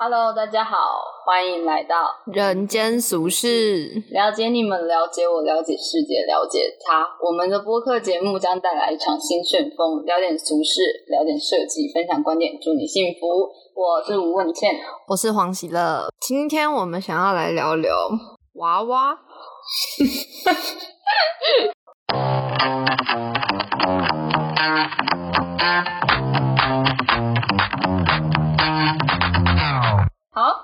Hello，大家好，欢迎来到人间俗事，了解你们，了解我，了解世界，了解他。我们的播客节目将带来一场新旋风，聊点俗事，聊点设计，分享观点，祝你幸福。我是吴问倩，我是黄喜乐。今天我们想要来聊聊娃娃。好，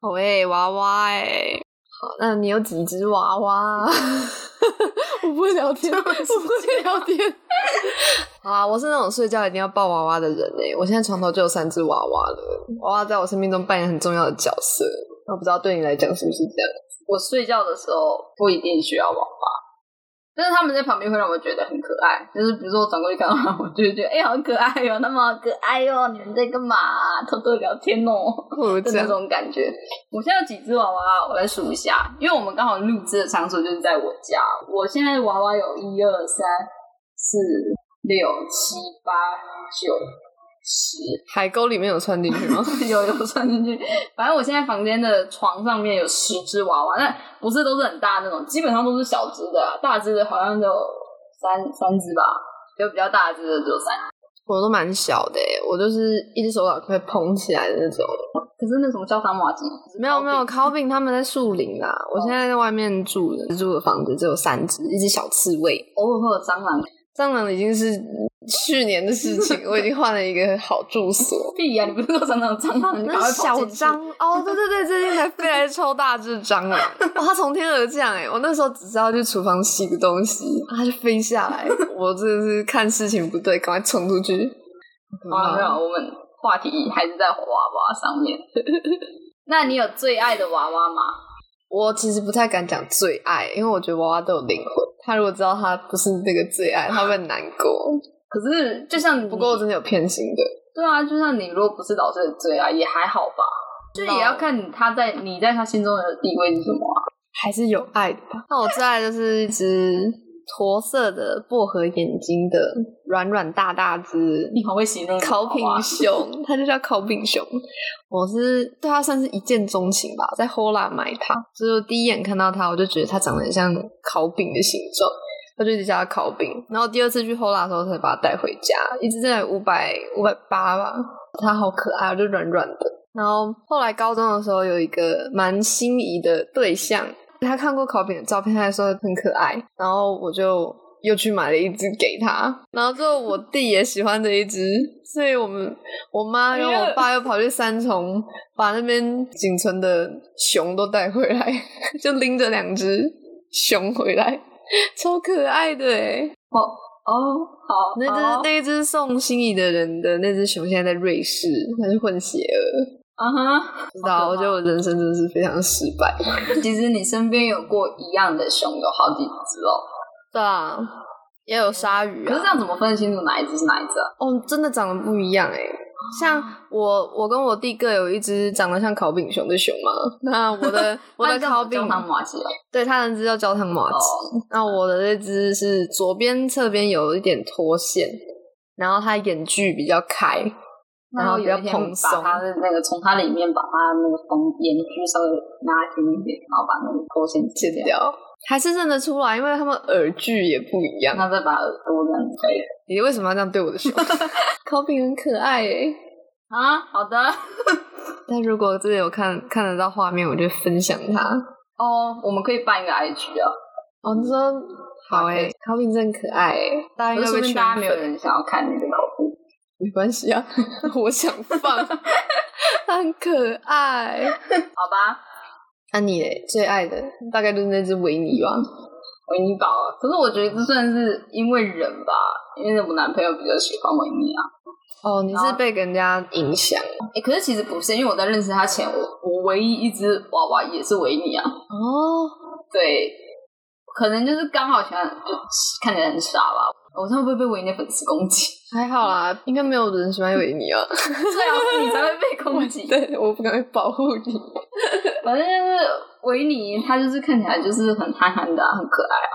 好诶、娃娃诶、好，那你有几只娃娃？ 我不会聊天，我不会聊天。 好啊，我是那种睡觉一定要抱娃娃的人诶、我现在床头就有三只娃娃了，娃娃在我生命中扮演很重要的角色。我不知道对你来讲是不是这样？我睡觉的时候不一定需要娃娃，但是他们在旁边会让我觉得很可爱。就是比如说我转过去看到他们，我就会觉得哎、好可爱哟、那么可爱哟、你们在干嘛、偷偷聊天哦、我有的这那样，种感觉。我现在有几只娃娃，我来数一下，因为我们刚好录制的场所就是在我家。我现在娃娃有一二三四六七八九十， 海沟里面有穿进去吗？有有算进去。反正我现在房间的床上面有十只娃娃，但不是都是很大那种，基本上都是小只的啊，大只的好像就三三只吧，就比较大只的只有三只。 我都蛮小的、欸，我就是一只手掌快捧起来的那种。可是那什么叫三马哦鸡？没有没有，烤饼他们在树林啦。我现在在外面住的住的房子只有三只，一只小刺猬。偶尔会有蟑螂。蟑螂已经是去年的事 情，我已经换了一个好住所。屁呀、你不是说蟑螂有蟑螂？你赶那快跑小进去蟑哦，对对对，最近才飞来超大只 蟑螂，哇，它从天而降哎、我那时候只是要去厨房洗个东西，它就飞下来，我真的是看事情不对，赶快冲出去。好啊，可没有，怕我们话题还是在娃娃上面。 那你有最爱的娃娃吗？我其实不太敢讲最爱，因为我觉得娃娃都有灵魂。他如果知道他不是那个最爱，他会很难过。可是就像你不过我真的有偏心的，对啊，就像你如果不是老师的最爱，也还好吧。就也要看你他在你在他心中的地位是什么啊、还是有爱的吧。那我最爱就是一只驼色的薄荷眼睛的软软大大只你好会形容烤品饼熊， 它就叫烤饼熊。我是对它算是一见钟情吧，在 Hola 买它，所以我第一眼看到它，我就觉得它长得很像烤饼的形状，我就一直叫它烤饼。然后第二次去 Hola 的时候才把它带回家，一直在五百五百八吧，它好可爱，就软软的。然后后来高中的时候有一个蛮心仪的对象，他看过烤饼的照片，他还说很可爱，然后我就又去买了一只给他， 然后之后我弟也喜欢这一只，所以我们我妈跟我爸又跑去三重把那边仅存的熊都带回来， 就拎着两只熊回来，超可爱的欸诶哦，好，那只、好那一只送心仪的人的那只熊现在在瑞士，它是混血儿。啊哈，不知道，我觉得我人生真的是非常失败。其实你身边有过一样的熊有好几只哦，对啊，也有鲨鱼啊可是这样怎么分得清楚哪一只是哪一只啊？哦，真的长得不一样哎、像我，我跟我弟各有一只长得像烤饼熊的熊嘛。 那我 的我的烤饼，汤马奇哦，对，它那只叫焦糖麻吉。哦那我的那只是左边侧边有一点脱线，然后它眼距比较开，然后比较有一天蓬松。把它的那个从它里面把它那个缝延续稍微拉近一点，然后把那个勾线剪。掉，还是认得出来，因为他们耳距也不一样。那再把耳朵这样子可以你为什么要这样对我的 熊？烤饼很可爱欸诶、啊，好的。但如果真的有看看得到画面，我就分享它。哦，我们可以办一个 IG 啊，哦，你说好诶、烤饼真可爱欸诶、大可家是应说该不定大家被圈粉没有人想要看那个口布。没关系啊， 我想 放，它很可爱。好吧，那、你嘞最爱的大概就是那只维尼吧？维尼宝啊。可是我觉得这算是因为人吧，因为我男朋友比较喜欢维尼啊。哦，你然是后被人家影响哎、可是其实不是，因为我在认识他前，我我唯一一只娃娃也是维尼啊。哦，对，可能就是刚好喜欢，就看起来很傻吧。我这样会不会被维尼的粉丝攻 击？还好啦，应该没有人喜欢维尼啊。 对啊，你才会被攻击。对，我不敢保护你。反正就是维尼，他就是看起来就是很憨憨的啊、很可爱啊。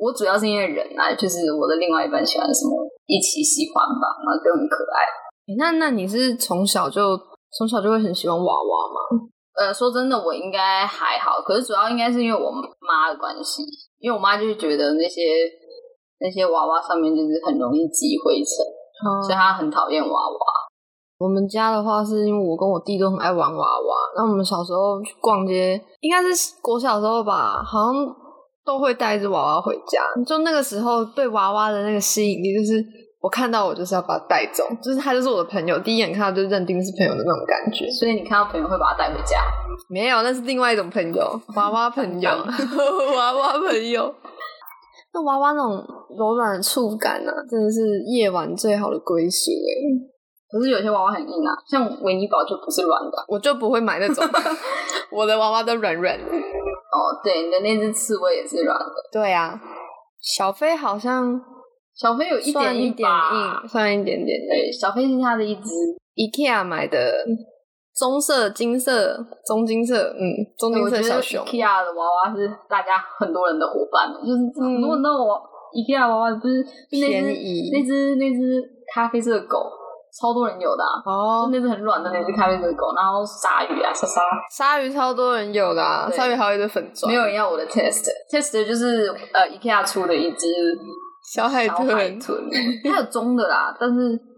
我主要是因为人啊，就是我的另外一半喜欢什么，一起喜欢吧，然后就很可爱。诶那那你是从小就从小就会很喜欢娃娃嘛。呃，说真的，我应该还好，可是主要应该是因为我妈的关系，因为我妈就是觉得那些那些娃娃上面就是很容易积灰尘，所以她很讨厌娃娃。我们家的话，是因为我跟我弟都很爱玩娃娃。那我们小时候去逛街，应该是国小的时候吧，好像都会带一只娃娃回家。就那个时候对娃娃的那个吸引力，就是我看到我就是要把它带走，就是他就是我的朋友，第一眼看到就认定是朋友的那种感觉。所以你看到朋友会把它带回家，没有，那是另外一种朋 友，娃娃朋友，娃娃朋友。那娃娃那种柔软的触感啊，真的是夜晚最好的归宿哎、可是有些娃娃很硬啊，像维尼宝就不是软的啊。我就不会买那 种，我的娃娃都软软的。哦，对，你的那只刺猬也是软的。对啊，小飞好像小飞有一算点一点吧硬，，算一点点的。对，小飞是他的一只， IKEA 买的棕色、金色、棕金色，嗯，棕金我觉色小得熊。 IKEA 的娃娃是大家很多人的伙伴，就是很多人都有 IKEA 娃娃，不是就那嗯便只宜那只那只咖啡色的狗，超多人有的、啊。就哦，那只很软的那只咖啡色的狗，然后鲨鱼啊，莎莎，鲨鱼超多人有的、啊，对鲨鱼还有一堆粉砖，没有人要我的 test，test 就是呃 IKEA 出的一只小海小海豚豚，它有中的啦，但是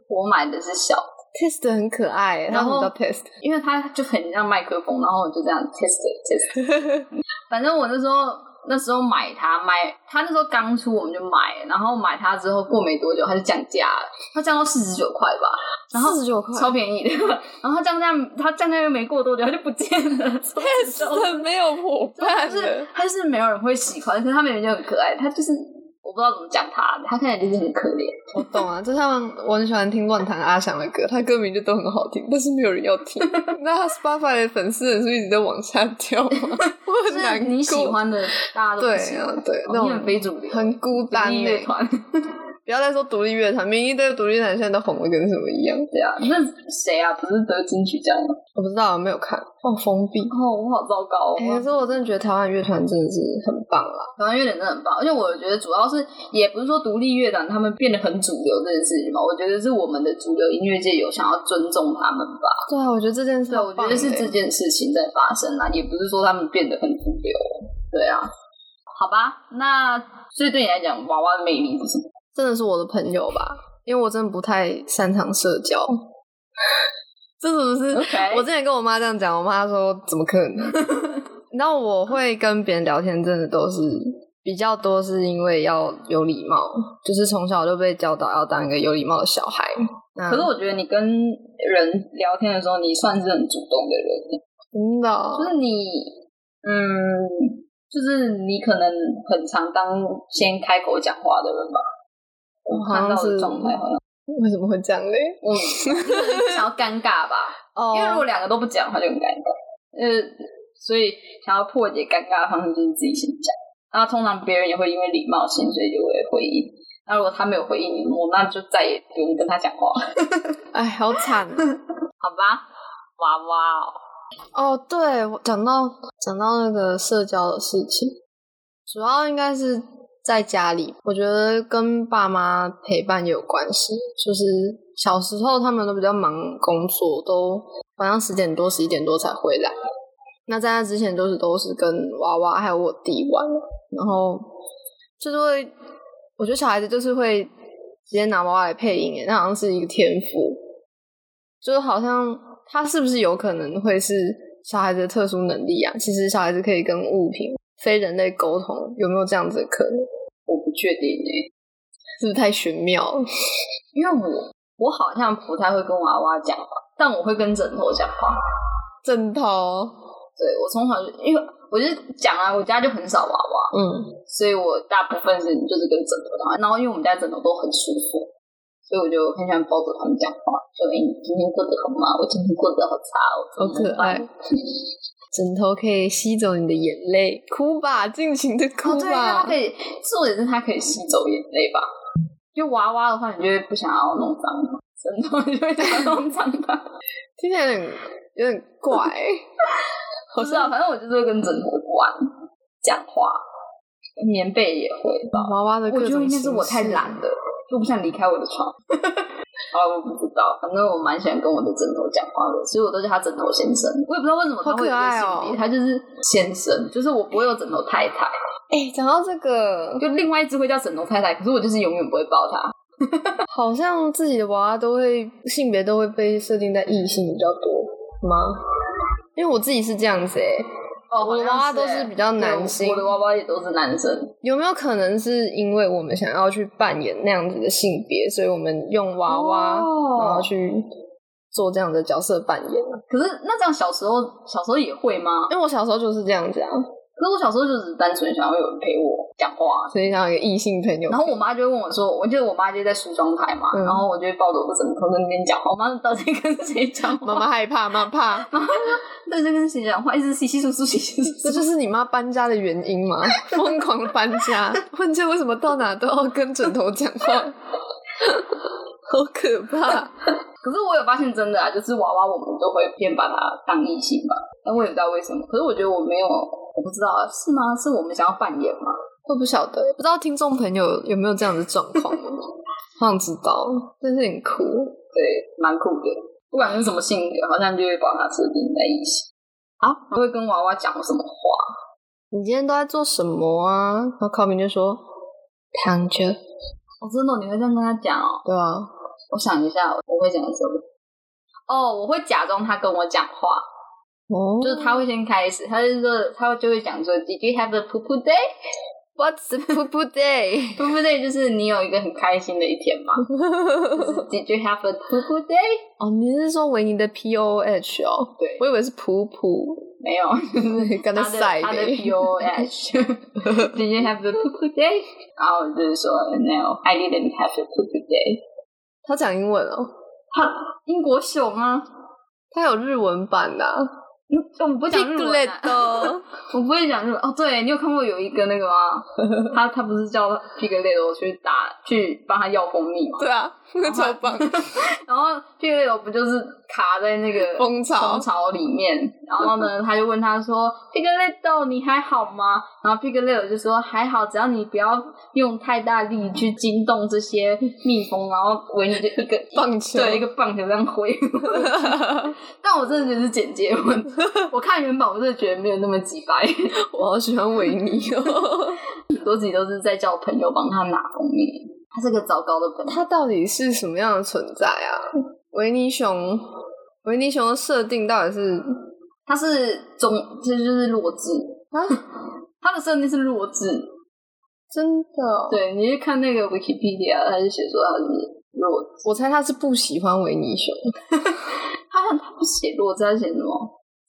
我买的是小的，test 很可爱，欸然后它很叫 test，因为它就很像麦克风，然后我就这样 test test。反正我那时候那时候买它，买它那时候刚出我们就买，然后买它之后过没多久它就降价了，它降到四十九块吧， 然后四十九块超便宜的。然后它降价，它降价又没过多久它就不见了。超级糟糕，test 没有伙 伴就是的，它就是没有人会喜欢，可是它明明就很可爱，它就是我不知道怎么讲它，它看起来就是很可怜。我懂啊。就像我很喜欢听乱弹阿翔的歌，他歌名就都很好听，但是没有人要 听。那他 Spotify 的粉丝人数一直在往下掉 吗？我就很难是过。你喜欢的大家都不对喜欢啊，对，哦那你种很非主流，很孤单独立乐欸团。不要再说独立乐团，明一堆独立乐团现在都红的跟什么一样。对啊，那谁啊？不是得金曲奖吗？我不知道，没有看，好封闭。哦，我好糟糕哦！哎、可是我真的觉得台湾乐团真的是很棒啊啦。台湾乐团真的很棒，而且我觉得主要是也不是说独立乐团他们变得很主流这件事情吧，我觉得是我们的主流音乐界有想要尊重他们吧。对啊，我觉得这件事对，好我觉棒得是欸这件事情在发生啊，也不是说他们变得很主流。对啊，好吧，那所以对你来讲，娃娃的魅力是什么？真的是我的朋友吧，因为我真的不太擅长社交。 这是不是哦 OK 我之前跟我妈这样讲，我妈说怎么可能？ 然后我会跟别人聊天，真的都是比较多，是因为要有礼貌，就是从小就被教导要当一个有礼貌的小孩。那哦可是我觉得你跟人聊天的时候，你算是很主动的人。欸真的哦、就是你，嗯，就是你可能很常当先开口讲话的人吧。我哦好看到像是的状态好 像，为什么会这样嘞？嗯，就是想要尴尬吧，哦因为如果两个都不讲，的话就很尴尬。呃，所以想要破解尴尬的方式就是自己先讲。然后通常别人也会因为礼貌性，所以就会回应。那如果他没有回应你，我那就再也不用跟他讲话了，哎，好惨啊 哦！好吧？娃娃哦，哦，对，我讲到讲到那个社交的事情，主要应该是在家里，我觉得跟爸妈陪伴也有关系。就是小时候他们都比较忙工作，都晚上十点多、十一点多才回来。那在那之前都是都是跟娃娃还有我弟玩，然后就是会，我觉得小孩子就是会直接拿娃娃来配音欸耶，那好像是一个天赋，就是好像他是不是有可能会是小孩子的特殊能力啊？其实小孩子可以跟物品、非人类沟通，有没有这样子的可能？我不确定欸诶、是不是太玄妙了？因为我我好像不太会跟娃娃讲话，但我会跟枕头讲话。枕头，对我从小就因为我就是讲啊，我家就很少娃娃，嗯，所以我大部分是就是跟枕头讲话。然后因为我们家枕头都很舒服，所以我就很喜欢抱着他们讲话，说：“哎、你今天过得好吗？我今天过得好差哦，好可爱。枕头可以吸走你的眼泪，哭吧，尽情的哦，哭对，因为吧。它可以，重点是它可以吸走眼泪吧。因为娃娃的话，你就会不想要弄脏它，枕头你就会想要弄脏它。听起来有点有点 怪、不知道，嗯反正我就是会跟枕头玩、讲话，棉被也会吧。娃娃的我各觉得种应该形式，啊是我太懒了，就不想离开我的床。 啊，我不知道，反正我蛮喜欢跟我的枕头讲话的，所以我都叫他枕头先生。我也不知道为什么他会有好可这爱个哦性别，他就是先生，就是我不会有枕头太太，哎、讲到这个，就另外一只会叫枕头太太，可是我就是永远不会抱它。好像自己的娃娃都会性别都会被设定在异性比较多吗？因为我自己是这样子哎、哦我的娃娃都是比较男性我的娃娃也都是男生。有没有可能是因为我们想要去扮演那样子的性别，所以我们用娃娃、嗯哦然后去做这样的角色扮演啊？可是那这样小时候，小时候也会吗？因为我小时候就是这样子啊，可是我小时候就只是单纯想要有人陪我讲话，啊所以想要有异性朋友。然后我妈就会问我说，我记得我妈就在梳妆台嘛，嗯然后我就会抱着我的枕头在那边讲话，我妈到底跟谁讲话？妈妈害怕，妈妈怕，到底在跟谁讲话？一直稀稀疏疏，稀稀疏 这疏。就是你妈搬家的原因 嘛？疯狂地搬家，问这为什么到哪都要跟枕头讲话，好可怕。可是我有发现，真的啊，就是娃娃，我们都会偏把它当异性吧，但我也不知道为什么。可是我觉得我没有，我不知道啊是吗？是我们想要扮演吗？ 我不晓得，不知道听众朋友有没有这样的状况，好想知道，真是很酷。对，蛮酷的。不管是什么性格，好像就会把它设定在一起。啊，我会跟娃娃讲什么话？你今天都在做什么啊？然后考明就说躺着，我、哦真的，你会这样跟他讲哦？对啊，我想一下，我会讲什么？哦，我会假装他跟我讲话，哦，就是他会先开始，他就说，他就会讲说，Did you have a poo poo day？ What's the poo poo day？ poo poo day 就是你有一个很开心的一天 嘛。就是 Did you have a poo poo day？ 哦，你是说维尼的 P O H 哦？对我以为是普普，没有，跟他晒的他的 P O H。Did you have a poo poo day？然后我就是说，No，I didn't have a poo poo day。他讲英文哦，他英国熊啊，他有日文版的、啊，嗯我们不讲日文、啊。哦，我不会讲日文哦。对你有看过有一个那个吗？他他不是叫 Piglet 去打去帮他要蜂蜜吗？对啊，超棒，然后 Piglet 不就是卡在那个蜂巢蜂巢里面？然后呢，他就问他说：“Piglet，你还好吗？”然后 Piglet 就说：“还好，只要你不要用太大力去惊动这些蜜蜂。”然后维尼就一个棒球对一个棒球这样挥。 但我真的觉得是简介问题。我看原版，我真的觉得没有那么几白。 我好喜欢维尼 哦。很多集都是在叫朋友帮他拿蜂蜜，他是个糟糕的朋友。它到底是什么样的存在啊？维尼熊，维尼熊的设定到底是他是中，这就是弱智，啊？他的设定是弱智。真的哦、对，你去看那个 Wikipedia，他就写说他是弱智，我猜他是不喜欢维尼熊，他好像他不写弱智，他写什么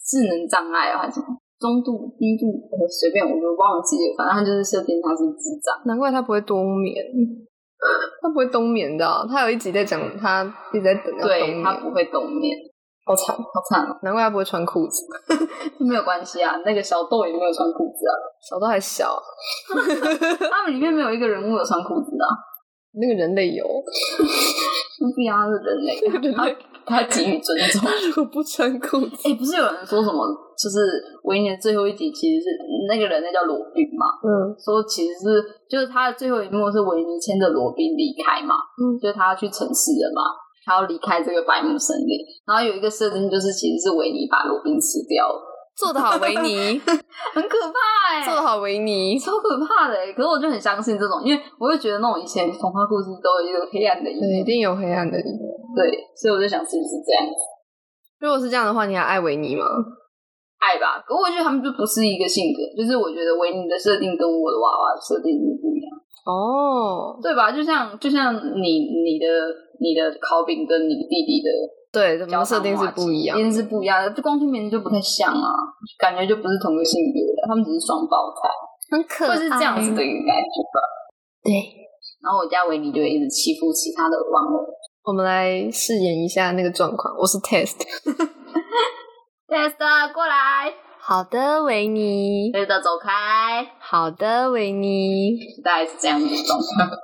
智能障碍啊，还是什么中度、低度，呃随便我就忘记了，反正他就是设定他是智障。难怪他不会冬眠，他不会冬眠的啊、他有一集在讲他一直在等要冬对眠，他不会冬眠，好惨，好惨哦！难怪他不会穿裤子，没有关系啊，那个小豆也没有穿裤子啊，小到还小啊，他们里面没有一个人物有穿裤子的、啊，那那个人 类有，不必啊，他是人类，人 类他给予尊重。如果不穿裤子，哎、不是有人说什么，就是维尼的最后一集其实是那个人，那叫罗宾嘛，嗯，说其实是就是他的最后一幕是维尼牵着罗宾离开嘛，嗯就是他要去城市了嘛，他要离开这个百亩森林，然后有一个设定就是其实是维尼把罗宾吃掉了，做得好维 尼，很可怕哎、做得好维尼，超可怕的、欸，可是我就很相信这种，因为我会觉得那种以前童话故事都有一个黑暗的一对，一面，定有黑暗的一面。对，所以我就想是不是这样子如果是这样的话，你还爱维尼吗？爱吧。可我觉得他们就不是一个性格，就是我觉得维尼的设定跟我的娃娃的设定是不一样的。哦，对吧？就像就像你你的你的烤饼跟你弟弟的对，怎交么设定是不一样一？定是不一样的。就光听名字就不太像啊，感觉就不是同个性别的，他们只是双胞胎，很可会是这样子的一个感觉吧。对，然后我家维尼就会一直欺负其他的玩偶。我们来饰演一下那个状况。我是 Test。 Test 过来好的，维尼。 ，Test 走开，好的，维尼。大概是这样子的状 况。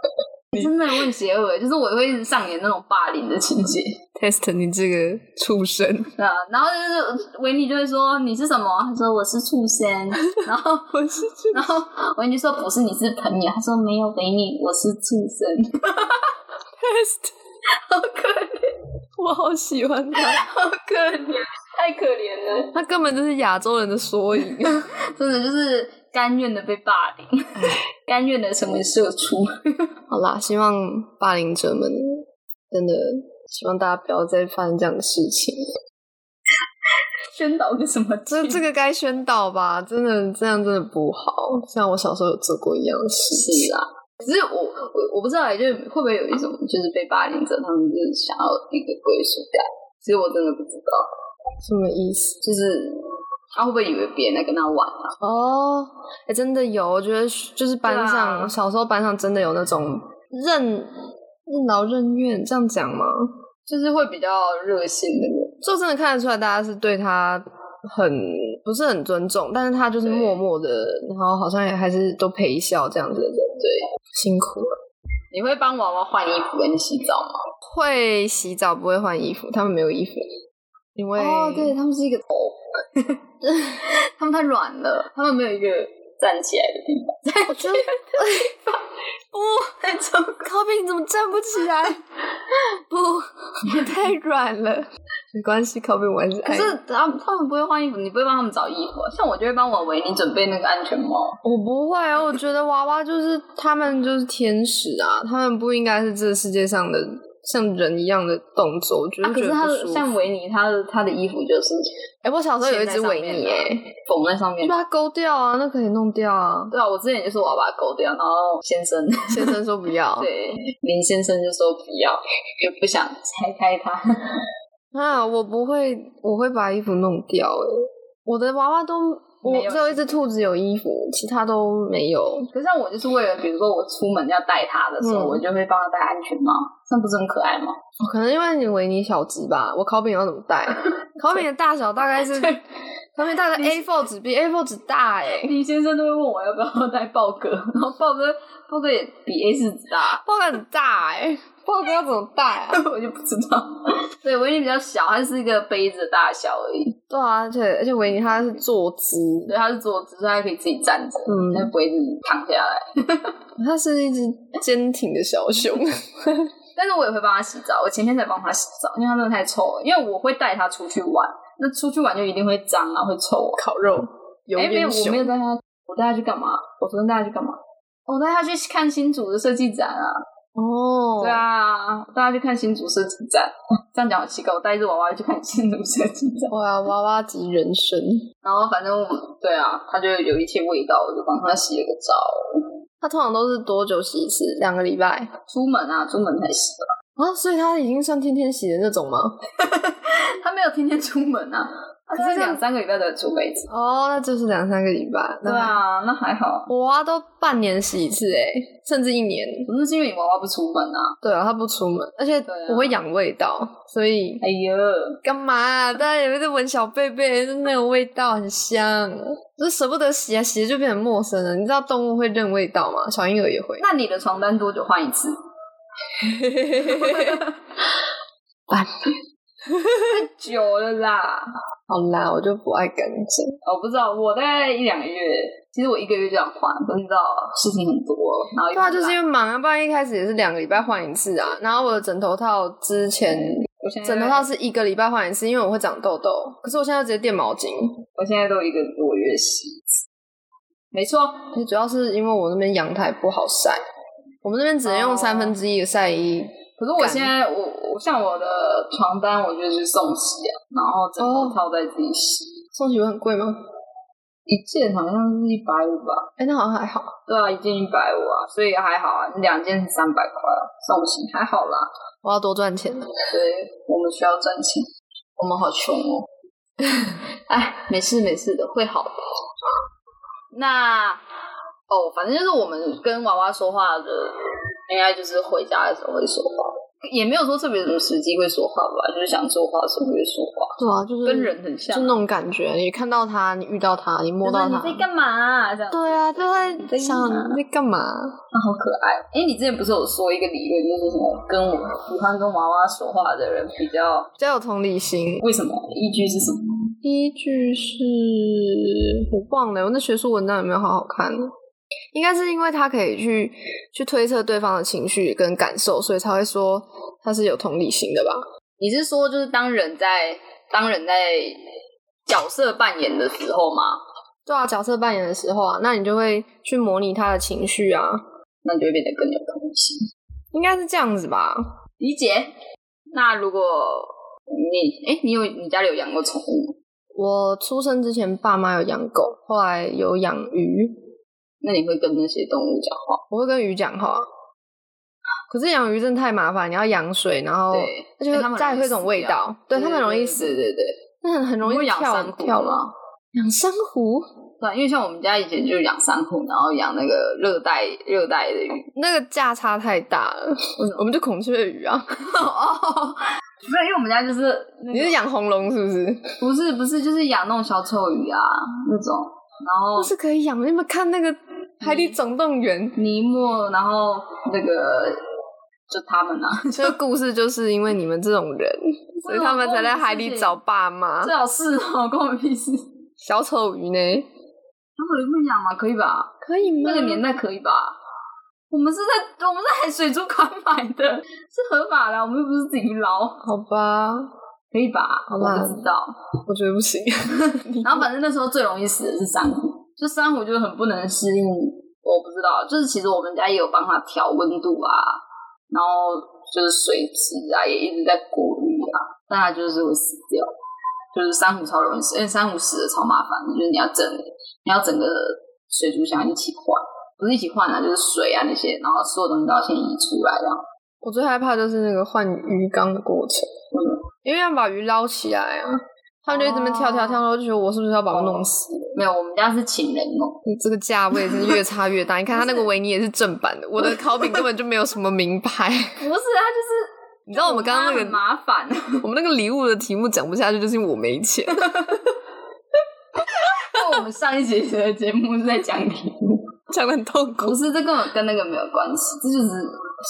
真的我很邪恶欸， 就是我会一直上演那种霸凌的情节。 Test，你这个畜生！ 对啊，然后就是维尼就会说你是什么？他说我是畜生。 然后 我是畜然后维尼说不是，你是朋友。他说没有，维尼，我是畜生。 Test。好可怜，我好喜欢它，好可怜，太可怜了，它根本就是亚洲人的缩 影。真的就是甘愿的被霸凌， 甘愿的成为社畜。好啦，希望霸凌者们真的希望大家不要再发生这样的事情。宣导个什么劲？ 这这个该宣导吧，真的这样真的不好。像我小时候有做过一样的事情是啦。只是我我我不知道欸，就是会不会有一种就是被霸凌者，他们就是想要那个归属感。其实我真的不知道，什么意思？就是他会不会以为别人在跟他玩啊？哦，哎、真的有，我觉得就是班对啊上、小时候班上真的有那种任任劳任怨，这样讲吗？就是会比较热心的人，就真的看得出来，大家是对他很不是很尊重，但是他就是对默默的，然后好像也还是都陪笑这样子的人，对，辛苦了。你会帮娃娃换衣服跟洗澡吗？会洗澡不会换衣服，他们没有衣服，因为哦，对，他们是一个头，他们太软了，他们没有一个站起来的地方，我 觉得不，太重。烤饼怎么站不起 来？不，我太软了。 没关系，烤饼我还是可爱你。是他们他们不会换衣服，你不会帮他们找衣服啊、像我就会帮我维尼准备那个安全帽。我不会啊，我觉得娃娃就是他们就是天使啊，他们不应该是这世界上的像人一样的动作，我觉得啊，可觉是得他不的舒服。像维尼，他的他的衣服就是哎、我小时候有一只维尼、线在上啊哎，缝在上面就。把它勾掉啊，那可以弄掉啊。对啊，我之前就是我要把它勾掉，然后先生先生说不要， 对林先生就说不要，就不想拆开它。啊，我不会，我会把衣服弄掉、哎，我的娃娃都，没我有只有一只兔子有衣服，其他都没有。哦可是像我就是为了，比如说我出门要带它的时候，嗯我就会帮它戴安全帽，这样不是很可爱吗？可能因为你维尼小只吧，我烤饼要怎么带？烤饼的大小大概是， 对烤饼大概 A4 纸比 A4 纸大哎、林先生都会问我要不要戴豹哥，然后豹哥豹哥也比 A 四纸大， 豹哥很大哎、 豹哥要怎么带啊？ 我就不知道。 对，维尼比较小，它是一个杯子的大小而已。对啊，而且而且维尼他是坐姿，对，它是坐姿，所以它可以自己站着，嗯它不会自己躺下来。它是一只坚挺的小熊。但是我也会帮他洗澡，我前天才帮他洗澡，因为他真的太臭了。因为我会带他出去玩，那出去玩就一定会脏啊，会臭啊。烤肉，油哎，没有，烟我熊没有带他，我带他去干嘛？我昨天带他去干嘛？我带他去看新竹的设计展啊，哦对，啊，我带他去看新竹设计展。 这样讲好奇怪，我带一只娃娃去看新竹设计展，哇，娃娃级人生，然后反正我对啊，他就有一些味道，我就帮他洗了个澡。它通常都是多久洗一次？两个礼拜啊？出门啊，出门才洗吧。 所以它已经算天天洗的那种吗？他没有天天出门啊，可是可是这样两三个礼拜才出门一次。哦，那就是两三个礼拜。对那还，啊，那还好。我娃都半年洗一次哎，甚至一年。不是因为你娃娃不出门啊？对啊，它不出门，而且对啊我会养味道，所以哎呦，干嘛、啊大家也会在闻小贝贝，就那种味道很香，啊就是舍不得洗啊，洗了就变成陌生了。你知道动物会认味道吗？小婴儿也会。那你的床单多久换一次？ 半 太久了啦！好啦，我就不爱干净。我不知道，我大概一两个月，其实我一个月就想换，不知道事情很多，然后又对啊，就是因为为忙啊，不然一开始也是两个礼拜换一次啊。然后我的枕头套之前，我现在枕头套是一个礼拜换一次，因为我会长痘痘。可是我现在直接垫毛巾，我现在都一个多月洗一次，没错，而且主要是因为我那边阳台不好晒，我们那边只能用哦三分之一的晒衣。可是我干现在我我像我的床单，我就是送洗啊，然后枕哦头套再自己洗，送洗会很贵吗？一件好像是一百五吧，哎、那好像还好。对啊，一件一百五啊，所以还好啊，两件是三百块啊，送洗还好啦。我要多赚钱。对，我们需要赚钱，我们好穷哦。 哎，没事没事的，会好的。那哦，反正就是我们跟娃娃说话的，应该就是回家的时候会说话，也没有说特别什么时机会说话吧，就是想说话的时候会说话，对啊，就是跟人很像就。那种感觉，你看到他，你遇到他，你摸嗯到就是他你，在干嘛、啊？这样对啊，就你会在想干嘛你在干嘛？那好可爱。哎、你之前不是有说一个理论，就是什么跟我喜欢跟娃娃说话的人比较，比较有同理心。为什么？依据是什么？依据是我忘了，我那学术文章有没有好好看？应该是因为他可以去去推测对方的情绪跟感受，所以才会说他是有同理心的吧？你是说，就是当人在当人在角色扮演的时候吗？对啊，角色扮演的时候啊，那你就会去模拟他的情绪啊，那你就会变得更有同理心。应该是这样子吧？理解。那如果你哎、你有你家里有养过宠物吗？我出生之前，爸妈有养狗，后来有养鱼，那你会跟那些动物讲话？我会跟鱼讲话。可是养鱼真的太麻烦，你要养水，然后对而因且为哦哎它们再容易会一种死味掉道，对它们容易死对，对对，那很很容你会易养跳珊瑚跳吗？养珊瑚对，啊因为像我们家以前就养珊瑚，然后养那个热带热带的鱼。 那个价差太大了， 我们就孔雀鱼啊。哦，没有，因为我们家就是那你个是养红龙是不 是？不是不是就是养那种小丑鱼啊那种，然后不是可以养。你有没有看那个《海底总动员尼莫，然后那个就他们啊，》？ 这个故事就是因为你们这种人，所以他们才在海底找爸妈最。好是哦，关我屁事。小小丑鱼呢？丑鱼会养吗？可以吧？可以吗？那个年代可以吧？我们是在我们在海水族馆买的，是合法的啊，我们又不是自己捞，好吧，可以吧？好我吧不知道。我觉得不行。 然后反正那时候最容易死的是珊瑚，就珊瑚就很不能适应，我不知道，就是其实我们家也有帮它调温度啊，然后就是水质啊也一直在过滤啊，但它就是会死掉，就是珊瑚超容易死，因为珊瑚死的超麻烦的，就是你要整你要整个水族箱一起换，不是一起换啊，就是水啊那些，然后所有东西都要先移出来，然后我最害怕就是那个换鱼缸的过程，为什么因为要把鱼捞起来啊，他们就一直在那边跳跳跳，我就觉得我是不是要把它弄死？没有，我们家是请人哦弄，你这个价位真是越差越大。你看它那个维尼也是正版的，我的烤饼根本就没有什么名牌。不是啊，就是你知道我们刚刚那很个麻烦。我们那个礼物的题目讲不下去，就是因为我没钱。 因为我们上一集的节目是在讲题目，讲的很痛苦不是这根本跟那个没有关系，这就是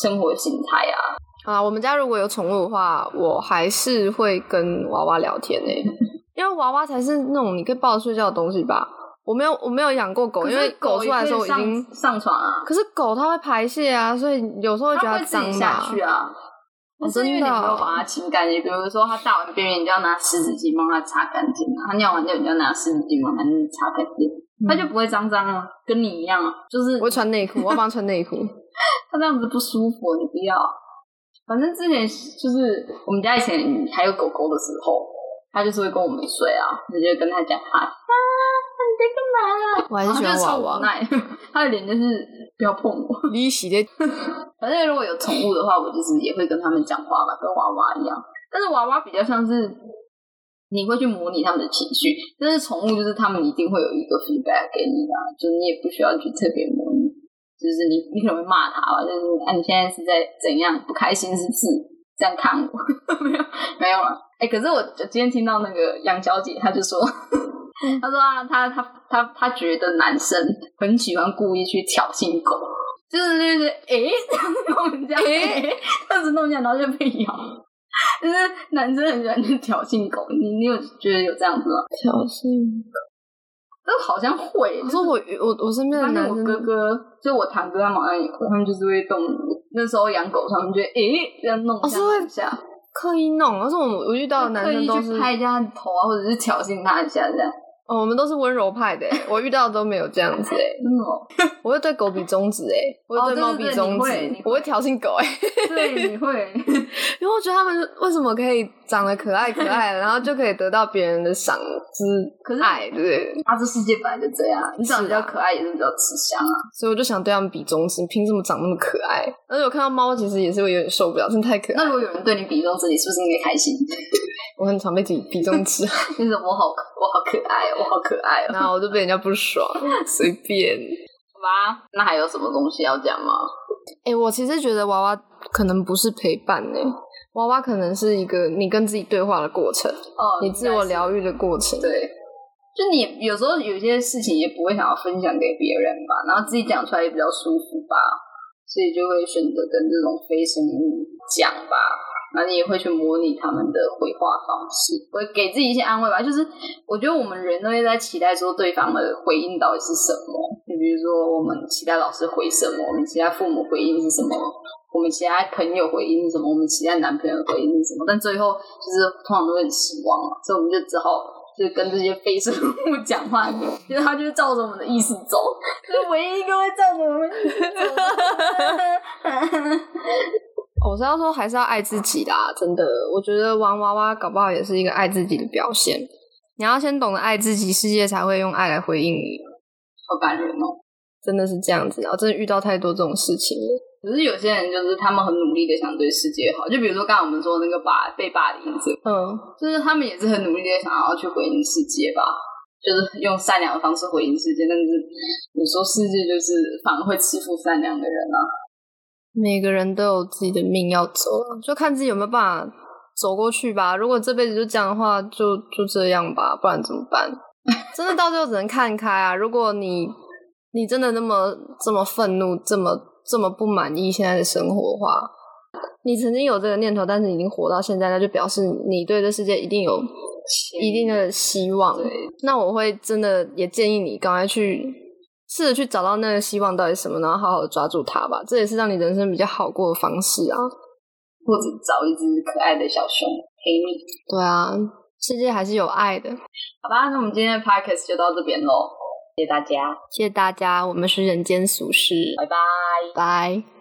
生活形态啊。啊！我们家如果有宠物的话，我还是会跟娃娃聊天呢、欸因为娃娃才是那种你可以抱着睡觉的东西吧。我没有，我没有养过哦狗，因为狗出来的时候我已经，上床啊，可是狗它会排泄啊，所以有时候会觉它得会自脏己下嘛。去啊。但是因为你真没的啊有把它清干净，比如说它大完便便，你就要拿湿纸巾帮它擦干净啊；它尿完尿，你就要拿湿纸巾帮它擦干净，它就不会脏脏啊，跟你一样啊，就是嗯我会穿内裤，我要帮它穿内裤。 他这样子不舒服，哦你不要。反正之前就是我们家以前还有狗狗的时候，他就是会跟我们睡啊，你就跟他讲嗨啊，你在干嘛？我还是喜欢娃娃然后他就超无奈， 他的脸就是不要碰我。 你洗的反正如果有宠物的话，我就是也会跟他们讲话嘛，跟娃娃一样。但是娃娃比较像是你会去模拟他们的情绪，但是宠物就是他们一定会有一个 feedback 给你的啊，就是你也不需要去特别模拟。就是你你可能会骂他吧，就是啊你现在是在怎样不开心是不是？这样看我 没有没有了。哎、可是我今天听到那个杨小姐，她就说，嗯她说啊，她她她她觉得男生很喜欢故意去挑衅狗，就是就是诶， 这样弄人家，诶诶，这样子弄人家，然后就被咬。 就是男生很喜欢去挑衅狗，你你有觉得有这样子吗？挑衅。这好像会、可是我我我身边的反正男我生哥哥，就我堂哥他们好像也会，他们就是会动。那时候养狗，他们就会诶这样弄一下，哦是会弄一下，刻意弄，而是我们我遇到的男刻生意都去是，拍一下头啊，或者是挑衅他一下这样。哦我们都是温柔派的欸，我遇到的都没有这样子哎，嗯 哦，我会对狗比中指哎，我会哦对对猫比对中你指，会你会我会挑衅狗哎，对，你会因为我觉得他们为什么可以长得可爱可爱，然后就可以得到别人的赏可之是爱，对不对？啊，这世界本来就这样，你长得比较是啊可爱也是比较吃香啊。所以我就想对他们比中指，凭什么长那么可爱？而且我看到猫其实也是会有点受不了，真的太可爱那如了，果有人对你比中指，你是不是应该开心？ 我很常被比比中指， 就是我好可，我好可爱哦，我好可爱哦。然后我就被人家不爽，随便。好吧，那还有什么东西要讲吗？哎、我其实觉得娃娃可能不是陪伴呢、娃娃可能是一个你跟自己对话的过程，哦，你自我应该是疗愈的过程。对，就你有时候有些事情也不会想要分享给别人吧，然后自己讲出来也比较舒服吧，所以就会选择跟这种非生物讲吧。然后你也会去模拟他们的回话方式，会给自己一些安慰吧。就是我觉得我们人都会在期待说对方的回应到底是什么，你比如说我们期待老师回什么，我们期待父母回应是什么，我们期待朋友回应是什么，我们期待男朋友回应是什么，但最后就是通常都会很失望嘛，所以我们就只好。就是跟这些非生物 讲话，就是他就是照着我们的意思走， 就是唯一一个会照着我们的意思走的。我是要说，还是要爱自己啦，真的。我觉得玩娃娃搞不好也是一个爱自己的表现。你要先懂得爱自己，世界才会用爱来回应你。好感人哦！真的是这样子啊！真的遇到太多这种事情了。可是有些人就是他们很努力的想对世界好，就比如说刚才我们说那个霸被霸凌者，嗯，就是他们也是很努力的想要去回应世界吧，就是用善良的方式回应世界。但是有时候世界就是反而会欺负善良的人啊。每个人都有自己的命要走啊，就看自己有没有办法走过去吧。如果这辈子就这样的话，就就这样吧，不然怎么办？ 真的到最后只能看开啊！如果你你真的那么这么愤怒，这么这么不满意现在的生活的话，你曾经有这个念头，但是你已经活到现在，那就表示你对这世界一定有一定的希望。对，那我会真的也建议你赶快去试着去找到那个希望到底是什么，然后好好地抓住它吧。这也是让你人生比较好过的方式啊。或者找一只可爱的小熊陪你。对啊，世界还是有爱的。好吧，那我们今天的 podcast 就到这边喽，谢谢大家，谢谢大家，我们是人间俗世，拜拜。拜。